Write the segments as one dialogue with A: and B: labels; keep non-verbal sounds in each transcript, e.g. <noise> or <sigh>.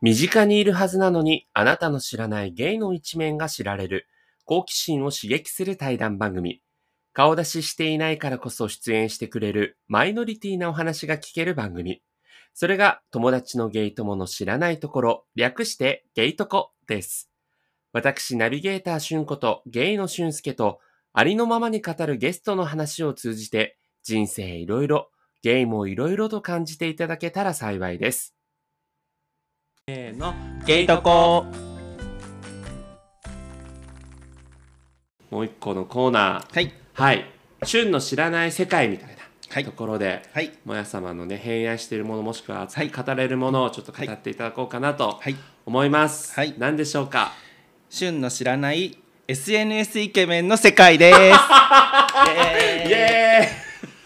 A: 身近にいるはずなのに、あなたの知らないゲイの一面が知られる、好奇心を刺激する対談番組。顔出ししていないからこそ出演してくれるマイノリティなお話が聞ける番組。それが友達のゲイ友の知らないところ、略してゲイとこです。私、ナビゲーター俊子とゲイの俊介と、ありのままに語るゲストの話を通じて、人生いろいろ、ゲイもいろいろと感じていただけたら幸いです。せーの、ゲイとこもう一個のコーナー。
B: はい
A: はい、旬の知らない世界みたい
B: は
A: ないところで、
B: はい
A: もや様のね偏愛しているものもしくは熱く語れるものをちょっと語っていただこうかなと
B: はい
A: 思います。
B: はい
A: 何でしょうか。
B: 旬の知らない SNS イケメンの世界です
A: <laughs> イ
B: えー
A: エ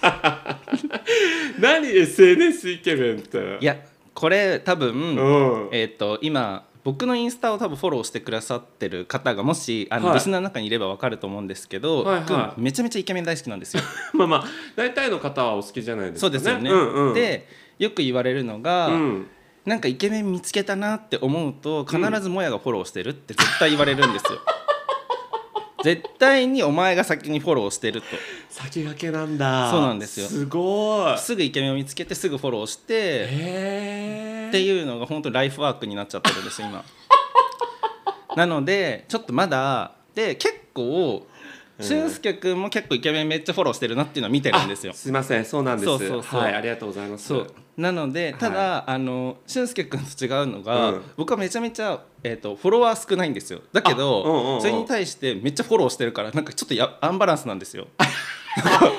A: ーイ。 <laughs> 何 SNS イケメンって。
B: いやこれ多分、
A: うん。
B: えっ、と今僕のインスタを多分フォローしてくださってる方がもしあの、
A: はい
B: リスナーの中にいればわかると思うんですけど、
A: はいはい
B: 僕めちゃめちゃイケメン大好きなんですよ。
A: まあまあ大体の方はお好きじゃないですかね。
B: そうですよね。
A: うんうん、
B: でよく言われるのが、
A: うん。
B: なんかイケメン見つけたなって思うと必ずもやがフォローしてるって絶対言われるんですよ。絶対にお前が先にフォローしてると
A: 先駆けなんだ。
B: そうなんですよ
A: すごい。
B: すぐイケメンを見つけてすぐフォローして
A: へえ。
B: っていうのが本当ライフワークになっちゃってるんですよ今なのでちょっとまだで結構俊介君も結構イケメンめっちゃフォローしてるなっていうのは見てるんですよ
A: あすいません、そうなんです。
B: そうそうそう
A: はい、ありがとうございます。
B: そうなのでただ、あの俊介君と違うのが、
A: うん
B: 僕はめちゃめちゃ、えー、とフォロワー少ないんですよだけど、
A: あうんうんうん
B: それに対してめっちゃフォローしてるからなんかちょっとやアンバランスなんですよ
A: <laughs>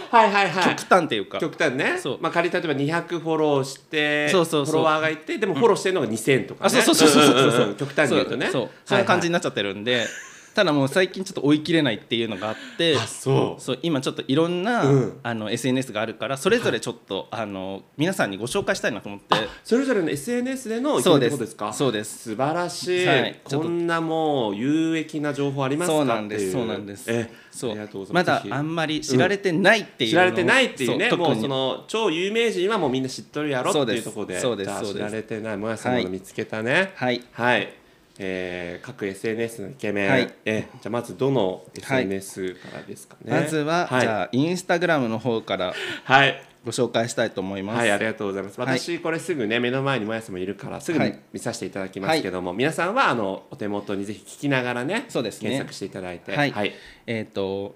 A: はいはいはい
B: 極。端っていうか
A: 極端ね
B: そう
A: まあ、仮に例えば200フォローして
B: そうそうそう
A: フォロワーがいてでもフォローしてるのが2000とか、ね
B: あそうそうそうそうそうそ
A: んんん極端に言うとね
B: そう
A: は
B: そ
A: いはい
B: うそんな感じになっちゃってるんで、ただもう最近ちょっと追い切れないっていうのがあって
A: あそう
B: そう今ちょっといろんな、
A: うん
B: あの SNS があるからそれぞれちょっと、あの皆さんにご紹介したいなと思って
A: それぞれの SNS での意見
B: そう
A: っ
B: で
A: て
B: す
A: ことですか
B: そうです
A: 素晴らしい、
B: はいちょっ
A: ことんなもう有益な情報ありますか
B: そうなんで
A: ってい
B: すそうなんです
A: え
B: そ
A: ありがとうご
B: う
A: ざいま
B: ま
A: す
B: だ
A: ぜひ
B: あんまり知られてないっていう
A: 知
B: のを
A: られてないっていうね
B: そ
A: もう
B: 特
A: そ
B: に
A: の超有名人はもうみんな知っとるやろ
B: そう
A: って
B: です
A: いうところで
B: そうです
A: じゃあ
B: そう
A: 知
B: です
A: られてないもやさん
B: は
A: の
B: い
A: 見つけたね
B: はい
A: はいえー各 SNS のイケメン、
B: はい
A: えーじゃあまずどの
B: はい
A: SNS からですかね、
B: まずは、
A: はい、
B: じゃあインスタグラムの方から
A: はい、
B: ご紹介したいと思います。
A: はい、ありがとうございます。
B: はい
A: 私これすぐね目の前にもやさんもいるからすぐ
B: はい
A: 見させていただきますけども、皆さんはあのお手元にぜひ聞きながらね、
B: そうですね
A: 検索していただいて、
B: はいえっ、と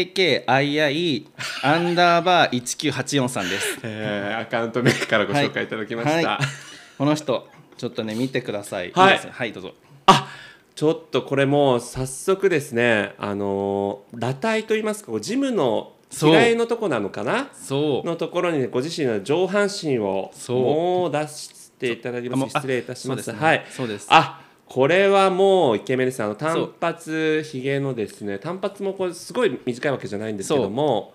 B: AKKII アンダーバー1984さんです。
A: えーアカウント名からご紹介いただきました。
B: はいこの人ちょっとね見てください。
A: はい
B: いいですはいどうぞ。
A: あちょっとこれもう早速ですねあのー裸体といいますかこうジムの
B: そう
A: 嫌いのとこなのかな
B: そう。
A: のところにね、ご自身の上半身を
B: そう
A: もう出していただきま
B: もう
A: す
B: あ
A: 失礼いたします
B: そうですね
A: はい
B: そうです
A: あこれはもうイケメンですあの
B: そう
A: 単髪ひげのですね単髪もこれすごい短いわけじゃないんですけども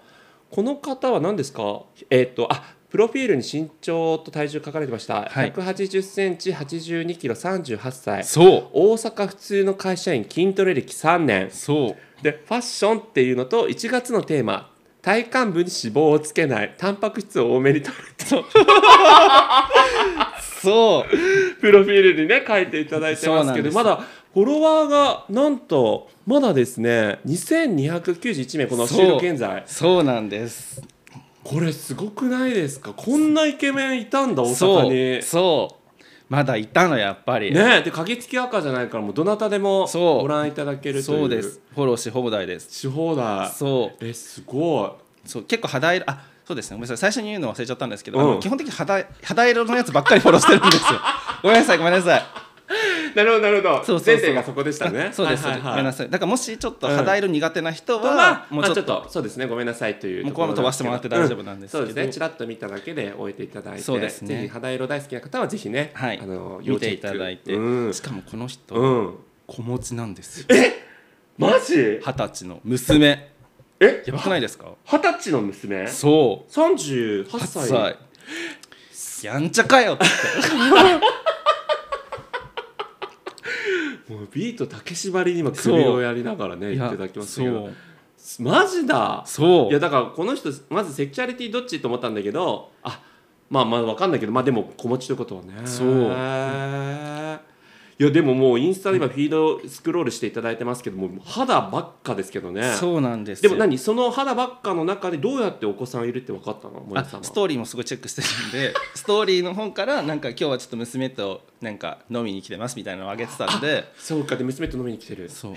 A: この方は何ですかえっ、とあプロフィールに身長と体重書かれてました、
B: はい
A: 180センチ82キロ38歳
B: そう。
A: 大阪普通の会社員筋トレ歴3年
B: そう。
A: でファッションっていうのと1月のテーマ体幹部に脂肪をつけないタンパク質を多めにとる <laughs>
B: そう。
A: プロフィールにね書いていただいてますけど
B: そ
A: ま
B: うなん
A: だフォロワーがなんとまだですね2291名この
B: そう
A: 収録現在
B: そうなんです。
A: これすごくないですかこんなイケメンいたんだ大
B: そ
A: 阪
B: う。
A: に。
B: そう。まだいたのやっぱり。
A: ねえで鍵付き赤じゃないからもうどなたでも
B: そう
A: ご覧いただけるという
B: そうです。フォローし放題です。
A: し放題
B: そう。
A: えすごい
B: そう結構肌色あそうですねごめんなさい最初に言うの忘れちゃったんですけど、
A: うん
B: あの基本的に肌肌色のやつばっかりフォローしてるんです <laughs> よごめんなさいごめんなさい
A: <laughs> なるほどなるほど
B: そうそうそう
A: 前提が <laughs> そこでしたね
B: あそうです、
A: はいはいはい
B: ごめんなさいだからもしちょっと
A: うん
B: 肌色苦手な人
A: と
B: は
A: は、、
B: も
A: も
B: う
A: う
B: ち
A: ち
B: ょ
A: ょ
B: っ
A: っ
B: と
A: と,、そうですねごめんなさいという
B: もうここは
A: とろ
B: 飛ばしてもらって大丈夫なんですけど
A: うそうですねちらっと見ただけで終えていただいて
B: そうですね
A: ぜひ肌色大好きな方はぜひね、
B: はい
A: あの要
B: 見
A: チェッ
B: てい
A: ク
B: ただいて、
A: うん、
B: しかもこの人、
A: うん、
B: 子持ちなんですよ
A: マジ
B: 二十歳の娘
A: え
B: やばくないですか
A: 二十歳の娘
B: そう
A: 三十八
B: 8
A: 歳
B: 歳やんちゃかよって
A: もうビート竹縛りに今首をやりながらね
B: い
A: 言っ
B: や
A: ていただきました
B: そ
A: けど
B: う
A: マジだ
B: そう
A: いやだからこの人まずセクシュアリティどっちと思ったんだけどあまあまあわかんないけどまあでも子持ちということはね
B: そう
A: いやでももうインスタで今フィードスクロールしていただいてますけども肌ばっかですけどね
B: そうなんです
A: で
B: よ
A: も何その肌ばっかの中でどうやってお子さんいるって分かったの森
B: あ
A: さんは
B: ストーリーもすごいチェックしてる
A: <laughs>
B: んでストーリーの方からなんか今日はちょっと娘となんか飲みに来てますみたいなのをあげてたんで
A: そうかで娘と飲みに来てる
B: そう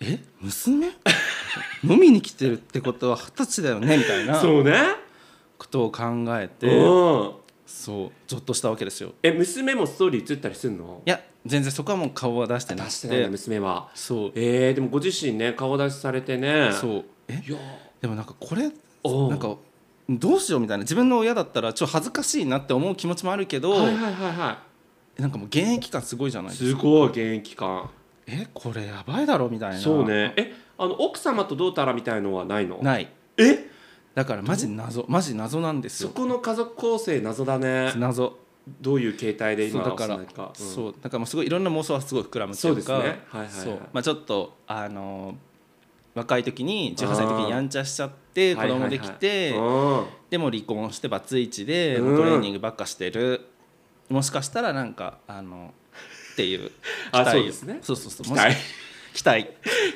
B: え娘飲みに来てるってことは二十歳だよねみたいな
A: そうね
B: ことを考えて
A: うん
B: そうゾッとしたわけですよ
A: え娘もストーリー映ったりするの
B: いや全然そこはもう顔は出してな
A: 出
B: く
A: してない
B: て
A: の娘は
B: そう
A: えー、でもご自身ね顔出しされてねう
B: そうえ
A: いや
B: でもなんかこれ
A: おう
B: なんかどうしようみたいな自分の親だったらちょっと恥ずかしいなって思う気持ちもあるけど、
A: はいはいはいは
B: なんかもう現役感すごいじゃない
A: い
B: です
A: す
B: か
A: ごい現役感
B: えこれやばいだろみたいな
A: そうねえあの奥様とどうたらみたいのはないの
B: ない
A: え
B: だからマジ謎マジ謎なんです
A: そ
B: よ
A: この家族構成謎だね
B: 謎
A: どういう形態で
B: そ
A: 今
B: うだから
A: お住まいか、うん
B: そうだからもうすごいいろんな妄想はすごい膨らむっていう
A: そう
B: か
A: ですねはいはいはい
B: そうまあちょっとあのー若い時に18歳の時にやんちゃしちゃって子
A: はいはいは
B: 供
A: い
B: できて、
A: うん
B: でも離婚してバツイチで、
A: うん
B: トレーニングばっかしてるもしかしたらなんかあのっていう
A: <laughs> あ
B: 期待
A: そうですね
B: そうそうそう
A: 期待 <laughs>
B: もし期待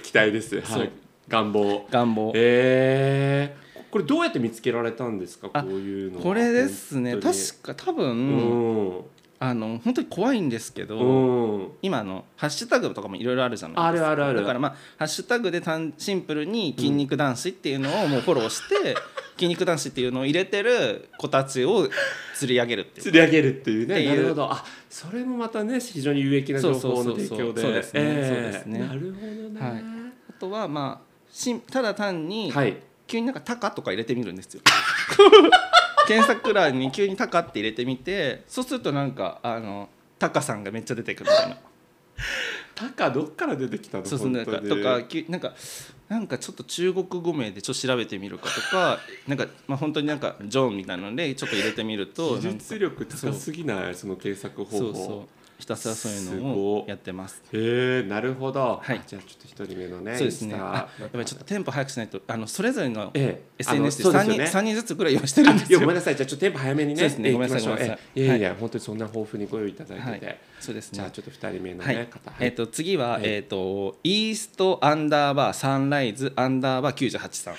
A: 期待です、
B: そ
A: は
B: う
A: い、願望
B: 願望
A: えー、これどうやって見つけられたんですか
B: あ
A: こういうのは
B: これですね
A: 本当に
B: 確か多分、あの本当に怖いんですけど、
A: うん、うん、
B: 今のハッシュタグとかもいろいろあるじゃないですか
A: あるあるある
B: だからまあハッシュタグで単シンプルに「筋肉男子」っていうのをもうフォロー <laughs> して「筋肉男子」っていうのを入れてる子たちを釣り上げる <laughs> っていう
A: 釣り上げるっていうね
B: っていう
A: なるほどあそれもまたね非常に有益な情報の提供で
B: そうそうそうそうそうですねそうですね
A: なるほどね、
B: はいあとはまあしんただ単に
A: はい
B: 急になんか「タカ」とか入れてみるんですよ <laughs> 検索欄に急に「タカ」って入れてみてそうするとなんかあのタカさんがめっちゃ出てくるみたいな
A: タカどっから出てきたの
B: そうそうなんか
A: 本当
B: と
A: に
B: かきゅなんかなんかちょっと中国語名でちょっと調べてみるかと
A: <laughs>
B: かなんかまあ本当になんかジョンみたいなのでちょっと入れてみる
A: 技
B: となんか
A: 術力高すぎないその検索方法
B: そうそうひたすらそういうの
A: すご
B: を
A: い
B: やってます。
A: へえなるほど、
B: はい
A: あじゃあちょっと一人目のね
B: そうです
A: イ
B: ね。
A: ンスタ
B: あ、やっぱりちょっとテンポ早くしないと、あのそれぞれの
A: ええ
B: SNS
A: あの
B: で
A: そう
B: 三
A: ですよ
B: 人
A: ね
B: 三人ずつぐらい用意してるんです
A: いや
B: よ
A: ご。めんなさいじゃあちょっとテンポ早めにね
B: そうですね
A: ええ
B: ごめんなさい
A: 行きましょう
B: ごめんなさい
A: ええいやいや、本当にそんな豊富にご用意いただ
B: はい
A: てて、
B: いそうですね。
A: じゃあちょっと二人目の、
B: は
A: ね
B: い、
A: 方はい
B: えっ、と次は、
A: はい
B: えっ、とイーストアンダーバーサンライズアンダーバー九十八さん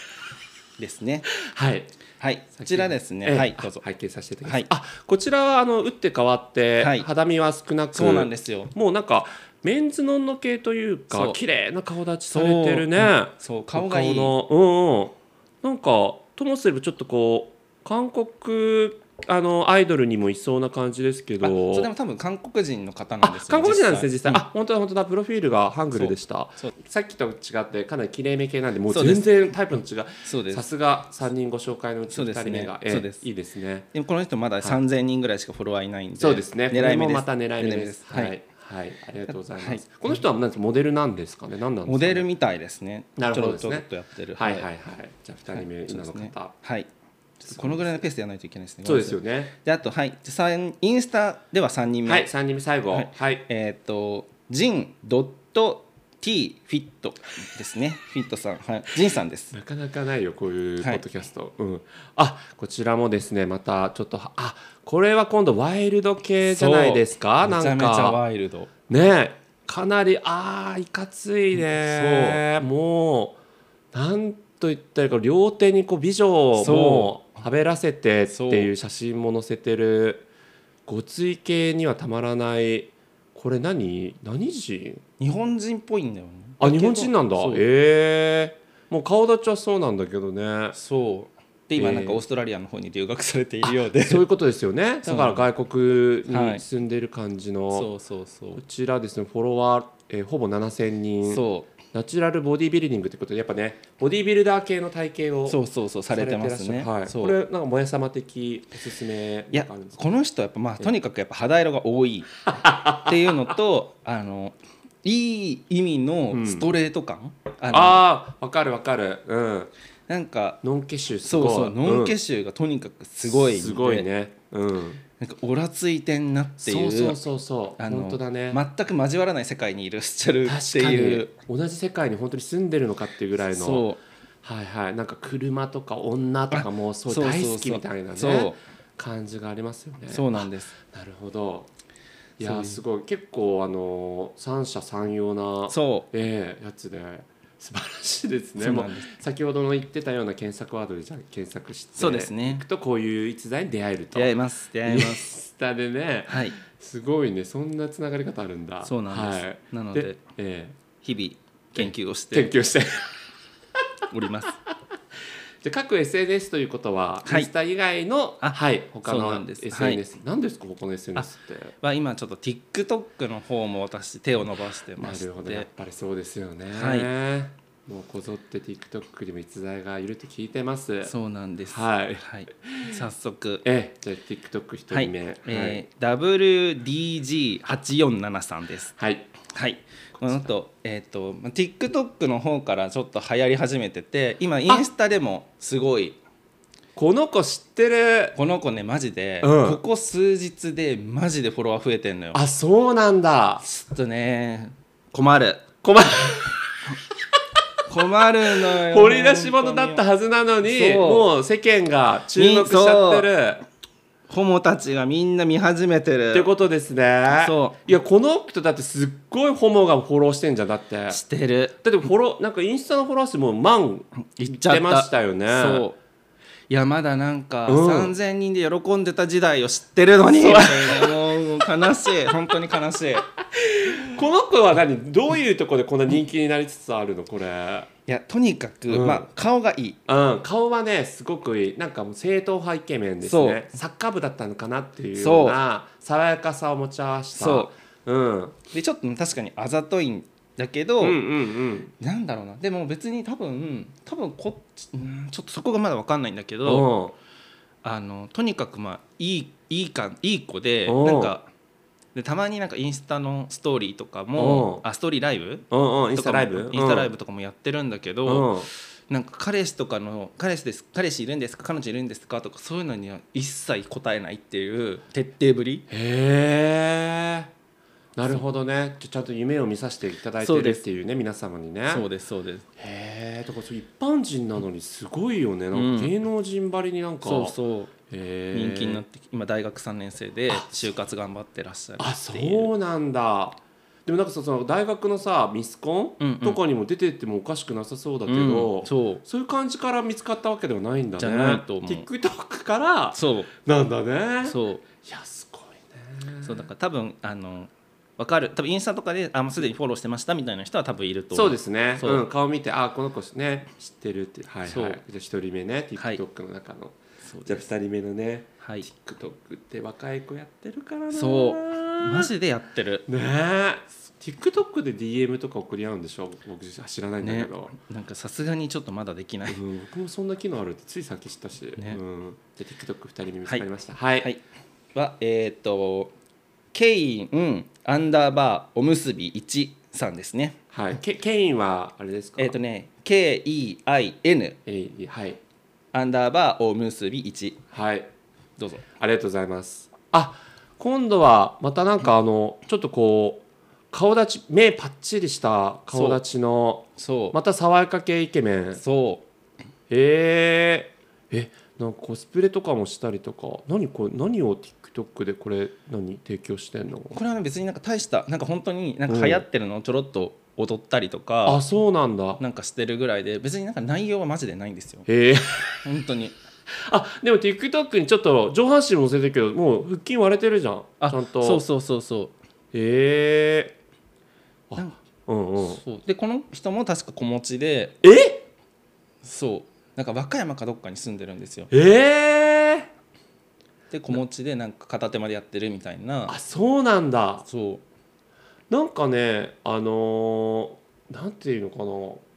B: ですね。
A: はい
B: はい、こちらですね。
A: ええ
B: はい、
A: あ
B: どうぞ。
A: 拝見させていただきます、
B: はい
A: あこちらはあの打って変わって、
B: はい
A: 肌身は少なく
B: そうなんですよ。
A: もうなんかメンズノンノ系という
B: そ
A: か
B: う
A: 綺麗な顔立ちされてるね
B: そう、顔がいい。
A: のうんうんなんかともすればちょっとこう韓国あのアイドルにもいそうな感じですけ
B: あ、そ
A: ど
B: れでも多分韓国人の方なん
A: あ
B: ですよ。
A: 韓国人なんですね実際、
B: うん
A: あ本当だ本当だプロフィールがハングルでした
B: そう
A: さっきと違ってかなり綺麗め系なんでもう
B: そうで
A: 全
B: す
A: 然タイプの違
B: そうで
A: うさ
B: す。
A: すが3人ご紹介のうち
B: そう
A: 2
B: です
A: 人
B: ね
A: 目が、
B: そうです
A: いいですね
B: でもこの人まだ三千人ぐらいしかフォロワーいないんで。
A: そうですね
B: 狙い
A: これも
B: 目です。
A: また狙い目です
B: は。
A: はいい、はい、ありがとうございます、
B: はい
A: この人はなんですモデルなんですかね何なんですかね
B: モデルみたいですね。
A: なるほどです
B: ち
A: ね
B: ょろちょろっとやってる。
A: はいはいはいじゃあ2人目今の
B: そうですね
A: 方
B: はい。ちょっとこのぐらいのペースでやらないといけないですね。
A: そうですよね
B: であとはいで三インスタでは3人目、
A: はい3人目最後は
B: はいい、えっ、とジンドット T フィットですねフィットさんはいジンさんです
A: なかなかないよこういうポ
B: はい
A: ッドキャスト、うんあこちらもですねまたちょっとはあこれは今度ワイルド系じゃないですか
B: め
A: な
B: ちゃ
A: ん
B: めちゃ
A: か
B: ワイルド
A: ねえかなりあーいかついねもうなんと言ったらいいか両手にこう美女を
B: そう
A: もうはべらせてっていう写真も載せてるごつい系にはたまらないこれ何何人
B: 日本人っぽいんだよね
A: あ日本人なんだ
B: そう,、
A: ええもう顔立ちはそうなんだけどね
B: そうで今なんか
A: えー
B: オーストラリアの方に留学されているようで、
A: <laughs> そういうことですよね
B: そ
A: だ
B: う
A: から外国
B: は
A: に
B: い
A: 住んでる感じの、
B: そうそうそう
A: こちらですねフォロワー、えーほぼ7000人
B: そ
A: ナチュラルボディビルディングってことでやっぱねボディビルダー系の体型
B: う
A: を
B: そうそうそうされてますね
A: されらっしゃるはい、
B: そう
A: これなんかもやさま的おすすめ
B: い
A: な
B: や
A: んかあるんですか
B: この人はやっぱまあとにかくやっぱ肌色が多いっていうのと <laughs> あのいい意味のストレート感、あの
A: ああわかるわかるうん
B: なんか
A: ノンケシュす
B: そ
A: ごいう
B: そうノン
A: う
B: ケ
A: ん
B: 臭がとにかくすごいんです
A: ごいねうん
B: なんかオラついてんなってい
A: そううそうそうそう
B: あの
A: 本当だね、
B: 全く交わらない世界にいるしちゃるって
A: 確か
B: いう
A: に同じ世界に本当に住んでるのかっていうぐらいの
B: そう
A: はいはいなんか車とか女とかもうそう
B: そうそう
A: 大
B: そ
A: 好
B: う
A: きみたいなね
B: そう
A: 感じがありますよね。
B: そうなんです
A: なるほど。いや
B: そうい
A: ー
B: う
A: すごい結構あのー三者三様な
B: そ
A: ええやつで素晴らしいです
B: う
A: ね。
B: そう
A: も
B: な
A: うん
B: です
A: 先ほどの言ってたような検索ワードでじゃあ検索して
B: そうです
A: ね
B: ね
A: とこういう逸材に出会えると
B: 出会います出会いま
A: イン
B: す
A: スタでね
B: <laughs> はい
A: すごいねそんなつながり方あるんだ
B: そうなんです、
A: はい
B: なの
A: で
B: で
A: え
B: 日々研究をし
A: え研
B: て
A: 究して
B: お <laughs> ります
A: で各 SNS ということは、
B: はい
A: インスタ以外の
B: あ
A: はい他
B: そうな
A: の
B: んです
A: SNS なんですか他の SNS って
B: は今ちょっと TikTok の方も私手を伸ばして
A: な
B: まし
A: るほどやってぱりそうですよね、もうこぞって TikTok にも逸材がいると聞いてます
B: そうなんです
A: はい
B: はい、早速
A: ええじゃあ TikTok 一
B: はい
A: 人目はい、
B: えー、WDG8473 さんです
A: はい
B: はいこの後えっ、とまあ TikTok の方からちょっと流行り始めてて今インスタでもすごい
A: この子知ってる
B: この子ねマジで、
A: うん
B: ここ数日でマジでフォロワー増えてんのよ
A: あそうなんだ
B: ちょっとね困る
A: 困る
B: 困るのよ
A: 掘り出し物だったはずなのに
B: そう
A: もう世間が注目しちゃってる
B: ホモたちがみんな見始めてる
A: ってことですね
B: そ
A: いやこの人だってすっごいホモがフォローしてんじゃんだってだっ
B: してる
A: てフォローなんかインスタのフォロワー数もう万
B: い
A: いってましたよね
B: そういやまだなんか
A: うん
B: 3,000人で喜んでた時代を知ってるのに、みたいなもう悲しい本当に悲しいい
A: この子は何どういうとこでこんな人気になりつつあるのこれ
B: やとにかく、
A: うん
B: まあ顔がいい
A: うん、顔はねすごくいいなんかもう正統派イケメンですねサッカー部だったのかなっていうような爽やかさを持ち合わせた、
B: そう
A: うん、
B: でちょっとね確かにあざといんだけど、
A: うんうん
B: なんだろうなでも別に多分多分こっちうんちょっとそこがまだ分かんないんだけ
A: う
B: ど、
A: んうん
B: あのとにかくまあいいいいかいい子で
A: おう
B: なんかでたまになんかインスタのストーリーとかも
A: おう
B: あストーリーライブ
A: うんうんインスタライ
B: とか
A: ブ
B: もインスタライ
A: ブ
B: ブとかもやってるんだけ
A: う
B: ど、
A: ん、うん
B: なんか彼氏とかの彼氏です彼氏いるんですか彼女いるんですかとかそういうのには一切答えないっていう徹底ぶり
A: へえなるほどねちょちゃんと夢を見させていただいて
B: そう
A: るっ
B: です
A: ていうね皆様にね
B: うですそうです
A: へえだからそう一般人なのにすごいよねなんか
B: うん
A: 芸能人ばりになんか、
B: そうそう
A: へえ
B: 人気になってき今大学3年生で就活頑張ってらっしゃる
A: あ
B: っ
A: そ
B: ていう
A: うなんだでもなんかさその大学のさミスコ
B: うんう
A: ン
B: ん
A: とかにも出てってもおかしくなさそうだけ
B: うん
A: ど、そう
B: そう
A: いう感じから見つかったわけではないんだね
B: じゃないと思う
A: TikTok から
B: そう
A: なんだね
B: そう
A: いやすごいね
B: そうだから多分あのわかる多分インスタとかであもうすでにフォローしてましたみたいな人は多分いると思
A: そ
B: う
A: うですね
B: そう
A: うん、顔見てあこの子ね知ってるってはいはいじ
B: そ
A: ゃあ
B: う
A: 1人目ね
B: はい
A: TikTok の中の、
B: そう
A: じゃあ2人目のね
B: はい
A: TikTok って若い子やってるからな
B: そうマジでやってる
A: ねえ TikTok で DM とか送り合うんでしょ僕知らないんだけ
B: ね
A: ど、
B: なんかさすがにちょっとまだできない
A: うん、僕もそんな機能あるってついさっき知ったし、
B: ね
A: うん、じゃあ TikTok2 人目見つかりましたはい、
B: はい、はえっ、とケインアンダーバーおむすび1さんですね
A: はいけケインはあれですか
B: えっ、とね KEIN
A: えいはい
B: アンダーバーおむすび1
A: はい
B: どうぞ
A: ありがとうございますあ今度はまたなんかあのちょっとこう顔立ち目パッチリした顔立ちの
B: そう、
A: また爽やか系イケメン
B: そ
A: えー、えなんかコスプレとかもしたりとか何これ何を TikTok でこれ何提供してんの
B: うこれはね別になんか大したなんか本当になんか流行ってるのをちょろっと踊ったりと
A: あ
B: か、
A: そうなんだ
B: なんかしてるぐらいで別になんか内容はマジでないんですよ
A: へえ
B: 本当に
A: あでも TikTok にちょっと上半身も載せてるけどもう腹筋割れてるじゃん
B: あ
A: ちゃんと
B: そうそうそうそう
A: へえ
B: なん
A: あ
B: か
A: うんうん
B: そうでこの人も確か子持ちで
A: え
B: そうなんか和歌山かどっかに住んでるんですよ
A: えー、
B: で子持ちでなんか片手までやってるみたいな
A: あそうなんだ
B: そう
A: なんかねあのー、なんていうのかな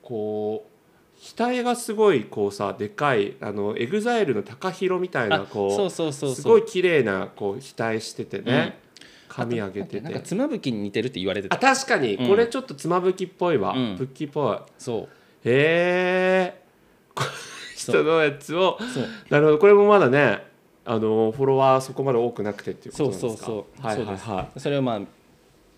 A: こう額がすごいこうさでかいあのエグザイルの高弘みたいな
B: あ
A: こう
B: そうそうそうそう
A: すごい綺麗なこう額しててね、髪上げて
B: なんか
A: て
B: つまぶきに似てるって言われて
A: あ
B: た
A: 確かに
B: うん
A: これちょっとつまぶきっぽいわ、
B: うん
A: ぶっきっぽい
B: そう
A: へえこの <laughs> 人のやつを
B: そう
A: なるほどこれもまだねあのフォロワーそこまで多くなくてっていうことなんですか
B: そうそうそう
A: はい
B: そう
A: はい
B: です
A: は
B: それをまあ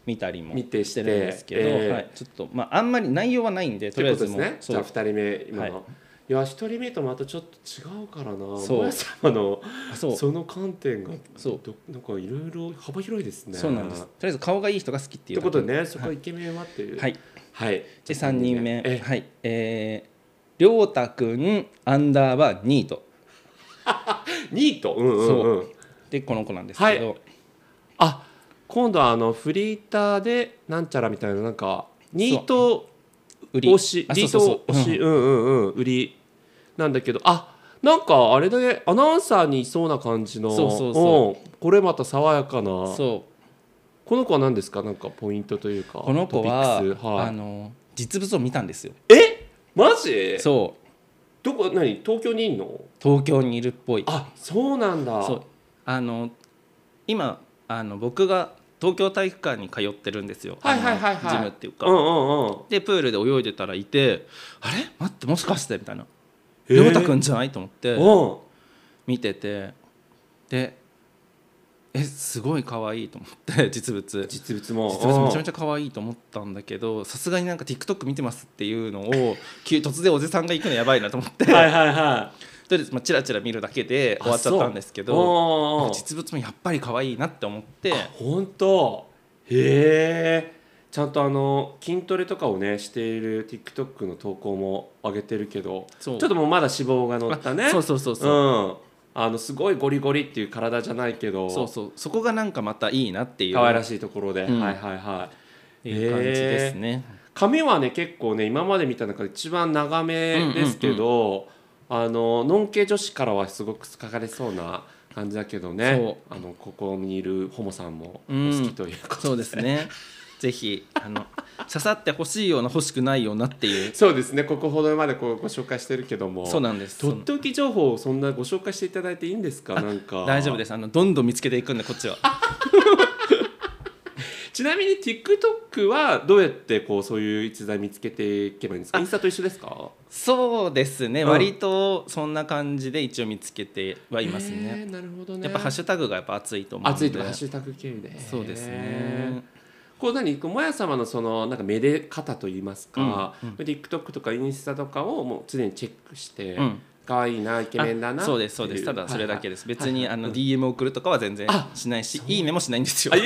B: 見たりも
A: 見てして
B: してるんですけど、
A: えー
B: はい、ちょっとまああんまり内容はないんで
A: い
B: と
A: と
B: り
A: い
B: あ
A: う
B: え
A: こと
B: ず
A: で
B: も
A: す
B: う
A: ねじ
B: そ
A: ゃあ
B: う
A: 2人目今の、
B: は
A: いや一人目とまたちょっと違うからな
B: そう
A: 萌様の
B: あそう
A: その観点が
B: そう
A: どなんかいろいろ幅広いですね
B: そうなんですと
A: っ
B: りあえず顔がいい人が好きってい
A: て
B: う
A: ことで
B: だ
A: ねそこはイケメンはっていう
B: けはい
A: はい
B: で3人目
A: え
B: はいえー、りょうたくんアンダーバーニート
A: ニートうんうんうん
B: でこの子なんですけど、
A: あ今度はあのフリーターでなんちゃらみたいななんかニート
B: 売り
A: 推し
B: あ
A: ニ
B: そう
A: ー
B: そうそう
A: ト推しうんうんうん売りなんだけどあなんかあれだねアナウンサーにいそうな感じの
B: そうそうそ
A: うんこれまた爽やかな
B: うんそう
A: この子は何ですかなんかポイントというか
B: この子は、
A: トピックス
B: あ
A: はい、
B: の実物を見たんですよ
A: えマジ
B: そう
A: どこ何東京にいんの
B: 東京にいるっぽい
A: あそうなんだ
B: そうあの今あの僕が東京体育館に通ってるんですよ、
A: はいはいはいはい
B: あのジムっていうか、
A: うんうんうん
B: でプールで泳いでたらいてあれ待ってもしかしてみたいな「
A: へー
B: 亮太くんじゃない?」と思って
A: うん
B: 見ててでえすごい可愛いと思って <laughs> 実物
A: 実物も
B: 実物めちゃめち
A: ゃ
B: ゃ可愛いと思ったんだけどさすがになんか TikTok 見てますっていうのを急突然おじさんが行くのやばいなと思ってとり
A: は
B: あ
A: いはいはい
B: えずまあチラチラ見るだけで終わっちゃったんですけど
A: ど
B: 実物もやっぱり可愛いなって思って
A: 本当へえちゃんとあの筋トレとかをねしている TikTok の投稿も上げてるけどち
B: そ
A: ょ
B: う
A: っともうまだ脂肪が乗ったね
B: あそうそうそうそう、
A: うんあのすごいゴリゴリっていう体じゃないけど
B: そうそうそこがなんかまたいいなっていう
A: 可愛らしいところで、
B: うん
A: はいはいはい
B: いう感じですね、
A: 髪はね結構ね今まで見た中で一番長めですけど、あののんけ女子からはすごく好かれそうな感じだけどねあのここにいるホモさんもお好きということで、
B: そうで
A: <laughs>
B: すねぜひあの刺さってほしいような欲しくないようなっていう
A: そうですねここほどまでこうご紹介してるけども
B: そうなんです
A: とっておき情報をそんなご紹介していただいていいんですかなんか
B: 大丈夫ですあのどんどん見つけていくんでこっちは
A: ちなみに TikTok はどうやってこうそういう逸材見つけていけばいいんですかインスタと一緒ですか
B: そうですね、
A: うん
B: 割とそんな感じで一応見つけてはいます
A: へ
B: ね
A: ーなるほどね
B: やっぱハッシュタグがやっぱ熱いと思うの
A: 熱
B: で
A: いとかハッシュタグ経由で
B: そうですね
A: こう何こうもや様のそのなんかめで方といいますか、
B: うんうん
A: TikTok とかインスタとかをもう常にチェックして、
B: うん
A: 可愛いなイケメンだな
B: あそうですそうですただそれだ
A: で
B: けです、別にあの DM 送るとかは全然
A: あ
B: しないしいいねもしないんですよ
A: あい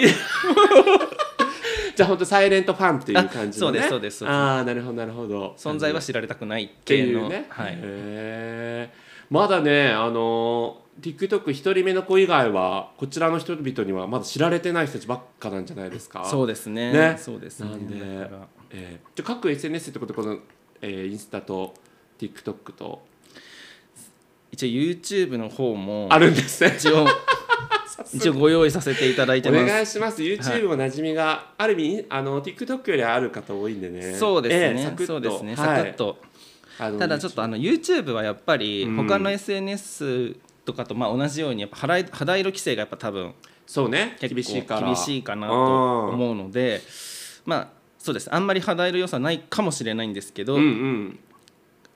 A: じゃあ本当サイレントファンっていう感じのね
B: あそうですそうですそうです
A: ああなるほどなるほど
B: 存在は
A: っ
B: 知られたくないっててい
A: いうう
B: の
A: ね、
B: はい
A: へ、えまだねあの TikTok 一人目の子以外はこちらの人々にはまだ知られてない人たちばっかなんじゃないですか
B: そうですね
A: ね
B: そうですね
A: なんで
B: だから、
A: えーじゃあ各 SNS ってことでこの、えーインスタと TikTok と
B: 一応 YouTube の方も
A: あるんですね <laughs>
B: 一応一応ご用意させていただいて
A: お
B: ます
A: 願いします。YouTube も馴染みが、ある意味あの TikTok よりある方多いんでね。
B: そうです
A: ええ
B: ね、
A: サクッと
B: そうです
A: は
B: ね、
A: い
B: サクッと、
A: あの
B: ただちょっとあの YouTube はやっぱり
A: うん
B: 他の SNS とかとまあ同じようにやっぱ肌色肌色規制がやっぱ多分
A: そうね
B: 結構
A: 厳しいから
B: 厳しいかなと思うのでまあそうですあんまり肌色良さないかもしれないんですけど、
A: うん。うんうん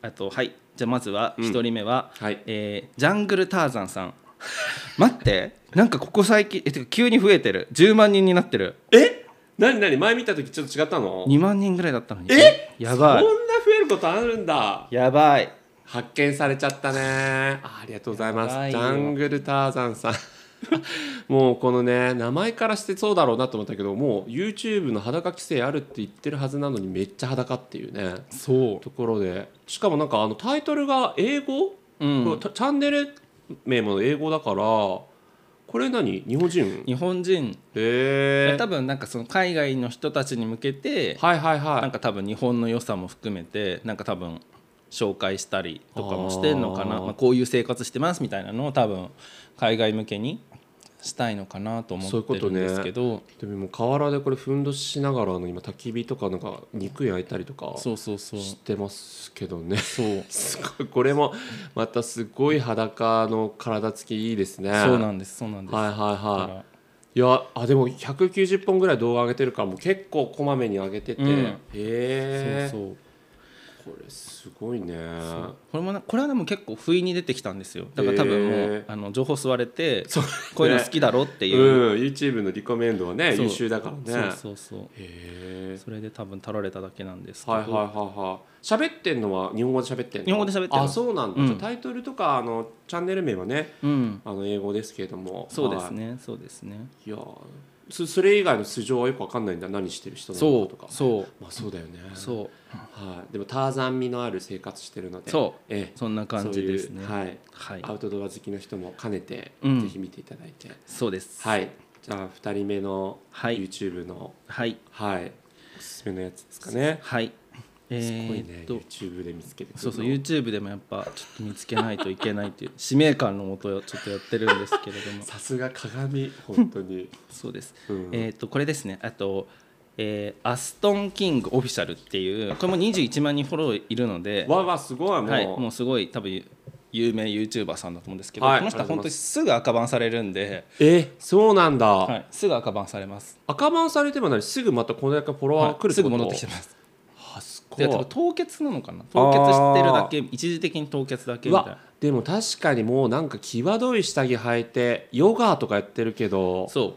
B: あとはいじゃあまずは1人目は、
A: はい。
B: えージャングルターザンさん <laughs> 待ってなんかここ最近えてか急に増えてる10万人になってる
A: え？なになに前見た時ちょっと違ったの？
B: 2万人ぐらいだったのに
A: え
B: やばい
A: そんな増えることあるんだ。
B: やばい
A: 発見されちゃったね。あありがとうございます。
B: やばい
A: ジ
B: よ
A: ャングルターザンさん。 <laughs> もうこのね名前からしてそうだろうなと思ったけどもう YouTube の裸規制あるって言ってるはずなのにめっちゃ裸っていうね
B: そ
A: ところでしかもなんかあのタイトルが英語、
B: う、うん、
A: これたチャンネル名も英語だからこれ何日本人
B: 日本人、
A: へえ
B: 多分なんかその海外の人たちに向けて、
A: はいはい
B: なん
A: は
B: か多分日本の良さも含めてなんか多分紹介したりとかもしてんのかな
A: あー
B: まあ、こういう生活してますみたいなのを多分海外向けにしたいのかなと思
A: そういうこ
B: って
A: と
B: るん
A: ね
B: ですけど
A: いでももう河原でこれふんどししながらあの今焚き火とかなんか肉焼いたりとか
B: そうそうそう
A: してますけどね <laughs>
B: そう
A: すごいこれもまたすごい裸の体つきいいですね
B: そうなんですそうなんです、
A: はいはい
B: だ
A: はい
B: から
A: いやあでも190本ぐらい動画上げてるからもう結構こまめに上げてて、
B: うん
A: へえ
B: そうそう
A: これすごいね
B: そうこれもなこれはでも結構不意に出てきたんですよだから多分もう、
A: へー
B: あの情報吸われて
A: そう
B: こういうの好きだろって
A: う
B: いう、
A: ん YouTube のリコメンドはね
B: そう
A: 優秀だからね
B: そうそうそう
A: へえ
B: それで多分取られただけなんですけど、
A: はいはいはいはい喋ってんのは日本語で喋ってんの
B: 日本語で喋ってる
A: あそうなんだ、
B: うん
A: じゃあタイトルとかあのチャンネル名はね
B: うん、
A: あの英語ですけれども
B: そうです
A: はい
B: ね、そうですね
A: いやーそそれ以外の素性はよくわかんないんだ何してる人な
B: そ
A: のかとか
B: うそ
A: まあそうだよね
B: うそう
A: はい、でもターザン味のある生活してるので、
B: そう
A: ええ、
B: そんな感じですね
A: そういうはい
B: はい
A: アウトドア好きの人も兼ねて、
B: うん
A: ぜひ見ていただいて
B: そうです
A: はいじゃあ2人目の
B: はい
A: YouTube の、
B: はい
A: はいおすすめのやつですかね
B: はいえ
A: すごいね、
B: ーっと
A: YouTube で見つけてくるの
B: そうそう YouTube でもやっぱちょっと見つけないといけないっていう <laughs> 使命感のもとちょっとやってるんですけ
A: <laughs>
B: れども
A: さすが
B: <laughs>
A: 鏡本当に、
B: そうです
A: うん
B: えー、とこれですねあと、えーアストン・キングオフィシャルっていうこれも21万人フォローいるので、
A: わあわあすごいもう,、
B: はい、もうすごい多分有名 YouTuber さんだと思うんですけど、
A: はい
B: この人は
A: ありがとう
B: 本
A: ござい
B: 当に
A: ます
B: ぐ赤バンされるんで、
A: えそうなんだ、
B: はい、すぐ赤バンされます、
A: 赤番されてもなにすぐまたこのだけフォロワー
B: は
A: 来る
B: い、すぐ戻ってきて
A: る
B: ます
A: あすご
B: で
A: い
B: 多分凍結なのかな凍結してるだけ一時的に凍結だけ
A: う
B: みたいな
A: わでも確かにもうなんか際どい下着履いてヨガとかやってるけど
B: そう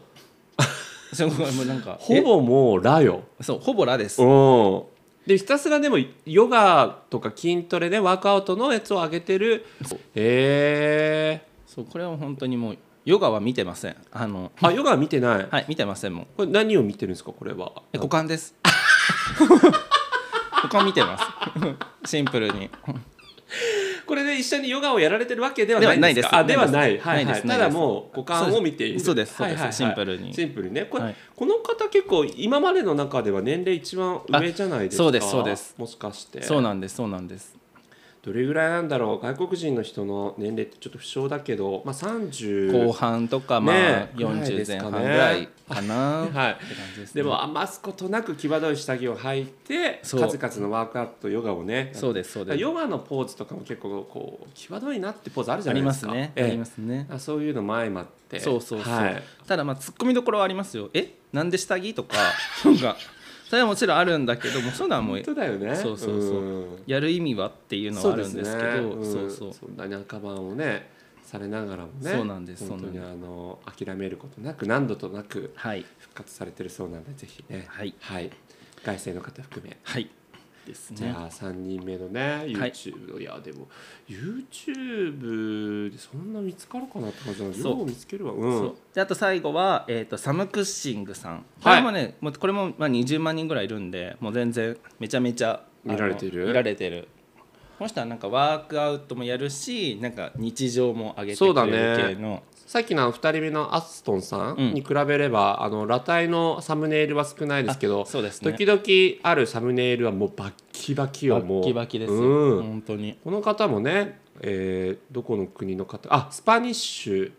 B: <laughs> すごいもうなんか
A: ほぼもうラよ
B: えそうほぼラです
A: うんでひたすらでもヨガとか筋トレでワークアウトのやつを上げてるへえ
B: そうこれは本当にもうヨガは見てませんあの
A: あヨガは見てない、
B: はい見てませんもん
A: これ何を見てるんですかこれは
B: え股間です <laughs> 股間見てますシンプルに
A: これで一緒にヨガをやられてるわけではないんですか
B: ではないです
A: あではないはい、は
B: ないで
A: い、
B: す
A: ただもう股間を見ている
B: そうですそう
A: はい
B: です
A: はいはい
B: シンプルに
A: シンプルねこれ、
B: はい
A: この方結構今までの中では年齢一番上じゃないですか
B: あそうですそうです
A: もしかして
B: そうなんですそうなんです
A: どれぐらいなんだろう外国人の人の年齢ってちょっと不詳だけどまあ30
B: 後半とかまあ
A: ねえ
B: 40前半ぐらいかなって
A: はい
B: 感じですね
A: でも余すことなく際どい下着を履いて数
B: そう
A: 々のワークアウトヨガをね
B: そうですそうです
A: ヨガのポーズとかも結構こう際どいなってポーズあるじ
B: あ
A: ゃな
B: り
A: いで
B: ますす
A: か
B: ねあ
A: ええ
B: りますね
A: あそういうのも相まって
B: そうそうそう
A: はい、
B: ただまあツッコミどころはありますよえなんで下着
A: <laughs>
B: とかなんかそれはもちろんあるんだけどもうそういうのはもう
A: 本当だよね
B: そうそうそうんやる意味はっていうのはあるんですけ
A: そ
B: どそうう
A: ですね
B: そ
A: うん
B: う
A: そんなに赤番をねされながらもね
B: そうなんです
A: 本当に
B: そう
A: あの諦めることなく何度となく
B: はい
A: 復活されてるそうなんでぜひね
B: はい
A: はい、外生の方含め
B: はいです
A: じゃ
B: ね
A: あ3人目のね YouTube の、い、やでも YouTube でそんな見つかるかなって感じなの
B: そう
A: よう見つけるわう
B: そ
A: ん
B: うであと最後は、えー、とサム・クッシングさんこ
A: はい
B: れもね、もうこれもまあ20万人ぐらいいるんでもう全然めちゃめちゃあの
A: 見られてる
B: 見られてるこの人はなんかワークアウトもやるしなんか日常も上げて
A: そう
B: く
A: だね
B: れる系の
A: さっきの2人目のアストンさん
B: うん
A: に比べれば、あの裸体のサムネイルは少ないですけど
B: そうですね
A: 時々あるサムネイルはもうバッキバキよ
B: バ
A: もう
B: ッキバキですよ、
A: うん
B: 本当に
A: この方もね、えーどこの国の方あスパニッシュ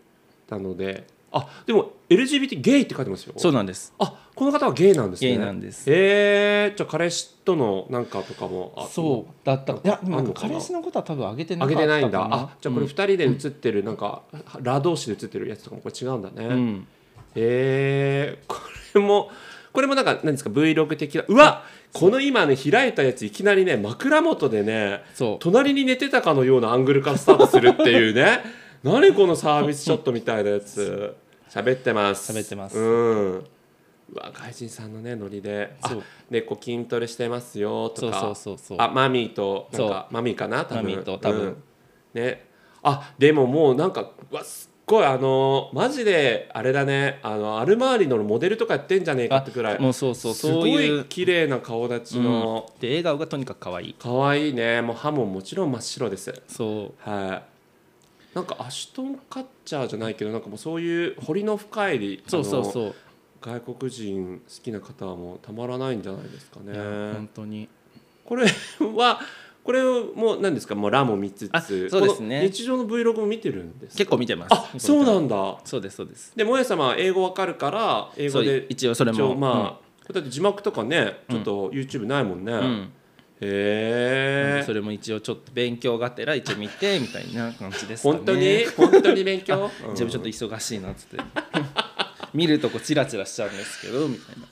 A: なのであでも LGBT ゲイって書いてますよ
B: そうなんです
A: あこの方はゲイなんですね
B: ゲイなんです
A: えー、じゃあ彼氏とのなんかとかもあ
B: そうだったいやで
A: あ
B: もなんか
A: んのかな
B: 彼氏のことは多分上げてな
A: あ
B: か
A: げ
B: った
A: て
B: か
A: ないんだあじゃあこれ2人で写ってるなんか、ラ同士で写ってるやつとかもこれ違うんだね、
B: うん、うん
A: えー、これもこれもなんか何ですか Vlog 的なうわこの今ね開いたやついきなりね枕元でね
B: そう
A: 隣に寝てたかのようなアングルからスタートするっていうね <laughs> 何このサービスショットみたいなやつ喋ってます
B: 喋ってます
A: うんうわ外人さんのねノリであ
B: そう
A: でこう筋トレしてますよ
B: そ
A: と
B: う
A: か
B: そうそうそう
A: あマミーとなんかマミーかな多分
B: マミーと多分
A: うんねあでももうなんかうわすっごいあのーマジであれだねあのアルマーリのモデルとかやってんじゃねえかってくらい
B: もうそうそうそう
A: す
B: い
A: ご
B: う
A: い綺麗な顔立ちの、
B: うん、で笑顔がとにかく可愛い
A: 可愛いねもう歯ももちろん真っ白です
B: そう
A: はいなんかアシュトンカッチャーじゃないけどなんかもうそういう彫りの深い
B: そうそう
A: う
B: そう
A: 外国人好きな方はもうたまらないんじゃないですかね
B: いや本当に
A: これはこれもう何ですかもうラも見つ
B: あ
A: つ
B: そうですね
A: この日常の Vlog も見てるんですか
B: 結構見てます
A: あそうなんだ
B: そうですそうです
A: でもやさんは英語わかるから英
B: そ
A: 語
B: う
A: で
B: 一応それ
A: 一応
B: も
A: まあだって字幕とかねちょっと YouTube ないもんね、
B: あうん、
A: へ
B: そ
A: え
B: れも一応ちょっと勉強がてら一応見てみたいな感じですかね
A: 本当に本当に勉
B: <laughs>
A: 強
B: 自分ちょっと忙し
A: <laughs>
B: いなっつって見るとこチラチラしちゃうんですけどみたいな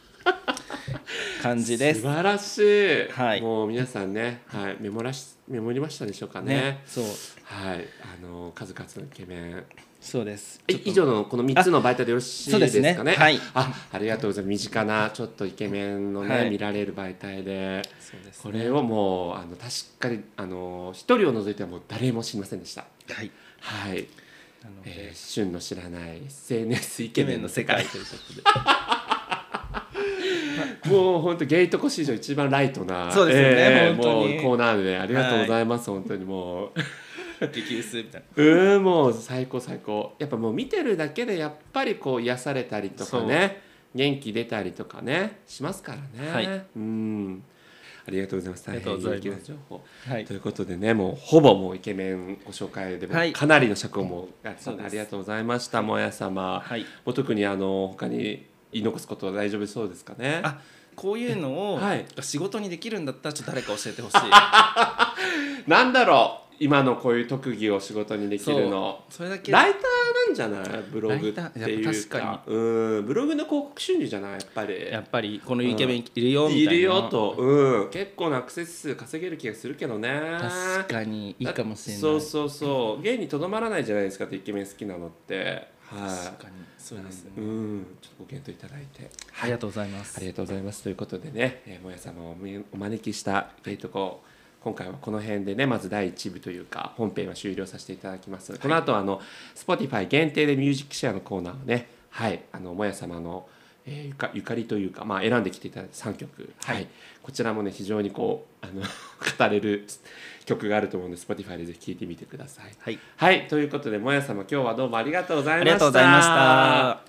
B: 感じです
A: 素晴らしい、
B: はい
A: もう皆さんね、はい、メモらしメモりましたでしょうかね
B: ねそう
A: はいあの数々のイケメン
B: そうです
A: え以上のこの3つの媒体でよろしい
B: そう
A: で
B: ですすね
A: かね
B: はい
A: あありがとうございます身近なちょっとイケメンのね、
B: はい
A: 見られる媒体で
B: そうです
A: これをもうあの確かにあの一人を除いてはもう誰も知りませんでした
B: はい
A: はい、
B: なので
A: えー、旬の知らない SNS イ
B: イ
A: ケ
B: ケ
A: メ
B: メ
A: ン
B: ン
A: の
B: の
A: 世
B: 世
A: 界
B: 界ということで
A: もう本当ゲートコ史上一番ライトな
B: そうですよね
A: えー
B: 本当に
A: もうコーナーでありがとうございます、本当にもう <laughs>
B: 激薄みたいな
A: うーんもう最高最高やっぱもう見てるだけでやっぱりこう癒されたりとかね元気出たりとかねしますからね、
B: はい
A: うんありがとうございます
B: ありがとうございます
A: 大変有益な情報
B: はい
A: ということでねもうほぼもうイケメンご紹介でも
B: はい
A: かなりの尺をもうやってたんで、
B: そうです
A: ありがとうございましたもや様、
B: はい
A: もう特にあの他に言い残すことは大丈夫そうですかね
B: あこういうのを
A: はい
B: 仕事にできるんだったらちょっと誰か教えてほしい
A: なんだろう今のこういう特技を仕事にできるの
B: そうそれだけ
A: ライターなんじゃないブログって
B: ライター
A: い
B: やっ
A: う
B: ぱ
A: か
B: 確か
A: うんブログの広告収入じゃないやっぱり
B: やっぱりこのイケメンいるよみたい
A: い
B: な
A: るよと、うん、結構なアクセス数稼げる気がするけどね
B: 確かにいいかもしれない
A: そうそうそう芸にとどまらないじゃないですかってイケメン好きなのって
B: 確
A: は
B: かにそうですね
A: い、うん、ちょっとご検討いただいて
B: ありがとうございます
A: ありがとうございますということでね、えー、もや様をお見お招きしたゲートコ今回はこの辺でねまず第1部というか本編は終了させていただきます、この後はあの Spotify 限定でミュージックシェアのコーナーをねはいあのもや様の、えーゆかゆかりというか、まあ、選んできていただいた3曲、はいこちらもね非常にこうあの <laughs> 語れる曲があると思うので Spotify でぜひ聴いてみてください。
B: はい
A: はいということでもや様今日はどうもありがとうござい
B: あ
A: ました。
B: りがとうございました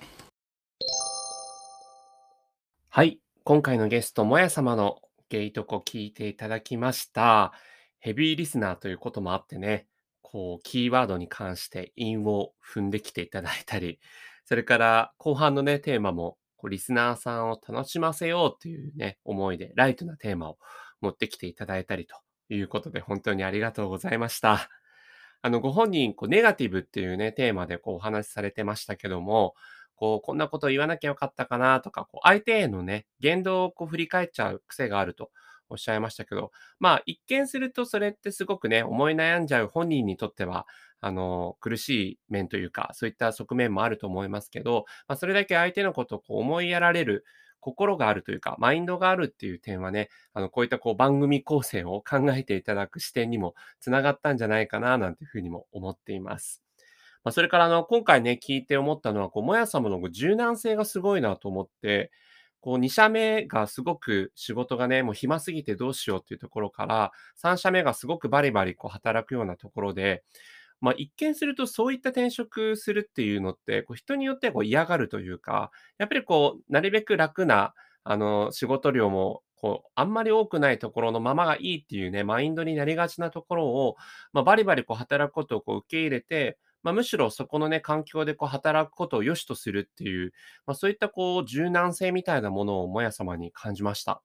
A: はい。今回のゲスト、もや様のゲイトコ聞いていただきました。ヘビーリスナーということもあってね、こう、キーワードに関して韻を踏んできていただいたり、それから後半のね、テーマも、こうリスナーさんを楽しませようというね、思いで、ライトなテーマを持ってきていただいたりということで、本当にありがとうございました。あの、ご本人、こう、ネガティブっていうね、テーマでこう、お話しされてましたけども、こう、こんなこと言わなきゃよかったかなとか、こう、相手へのね、言動をこう振り返っちゃう癖があるとおっしゃいましたけど、まあ、一見するとそれってすごくね、思い悩んじゃう本人にとっては、あの、苦しい面というか、そういった側面もあると思いますけど、まあ、それだけ相手のことをこう思いやられる、心があるというか、マインドがあるっていう点はね、あの、こういったこう番組構成を考えていただく視点にもつながったんじゃないかな、なんていうふうにも思っています。まあ、それからあの今回ね聞いて思ったのはこうもや様のこう柔軟性がすごいなと思ってこう2社目がすごく仕事がねもう暇すぎてどうしようっていうところから3社目がすごくバリバリこう働くようなところで、まあ、一見するとそういった転職するっていうのってこう人によってはこう嫌がるというかやっぱりこうなるべく楽なあの仕事量もこうあんまり多くないところのままがいいっていうねマインドになりがちなところを、まあ、バリバリこう働くことをこう受け入れてまあ、むしろそこのね、環境でこう働くことを良しとするっていう、まあ、そういったこう柔軟性みたいなものをもや様に感じました。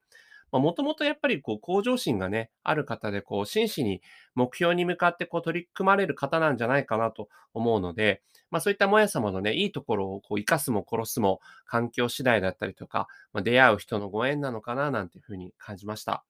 A: もともとやっぱりこう向上心がね、ある方でこう真摯に目標に向かってこう取り組まれる方なんじゃないかなと思うので、まあそういったもや様のね、いいところをこう生かすも殺すも環境次第だったりとか、まあ、出会う人のご縁なのかななんていうふうに感じました。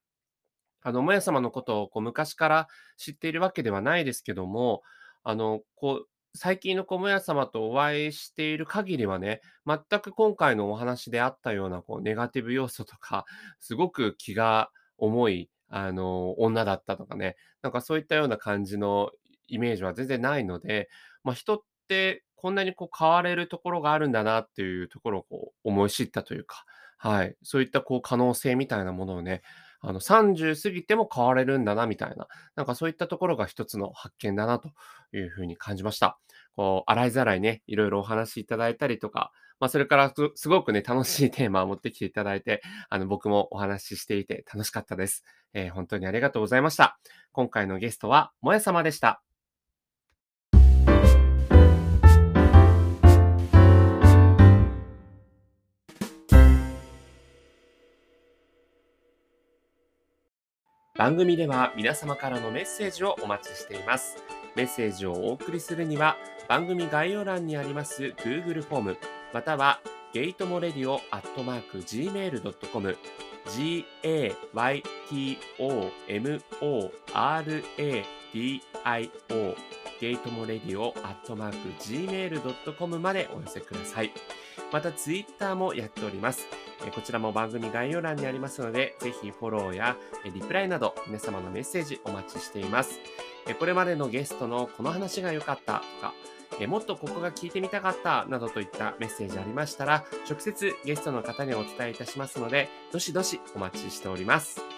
A: あの、もや様のことをこう昔から知っているわけではないですけども、あの、こう、最近の小村様とお会いしている限りはね、全く今回のお話であったようなこうネガティブ要素とか、 <laughs> すごく気が重い、あの、女だったとかね、なんかそういったような感じのイメージは全然ないので、まあ、人ってこんなにこう変われるところがあるんだなっていうところをこう思い知ったというか、はい、そういったこう可能性みたいなものをね、あの30過ぎても変われるんだなみたいな、なんかそういったところが一つの発見だなというふうに感じました。こう、洗いざらいね、いろいろお話しいただいたりとか、まあ、それからすすごくね、楽しいテーマを持ってきていただいて、あの、僕もお話ししていて楽しかったです。えー本当にありがとうございました。今回のゲストは、もや様でした。番組では皆様からのメッセージをお待ちしています。メッセージをお送りするには番組概要欄にあります Google フォームまたはゲイトモレディオアットマーク Gmail.com g-a-y-t-o-m-o-r-a-d-i-o ゲイトモレディオアットマーク gmail.com までお寄せください。またツイッターもやっております。えーこちらも番組概要欄にありますので、ぜひフォローやえーリプライなど皆様のメッセージお待ちしています。えーこれまでのゲストのこの話が良かったとか、えーもっとここが聞いてみたかったなどといったメッセージありましたら、直接ゲストの方にお伝えいたしますので、どしどしお待ちしております。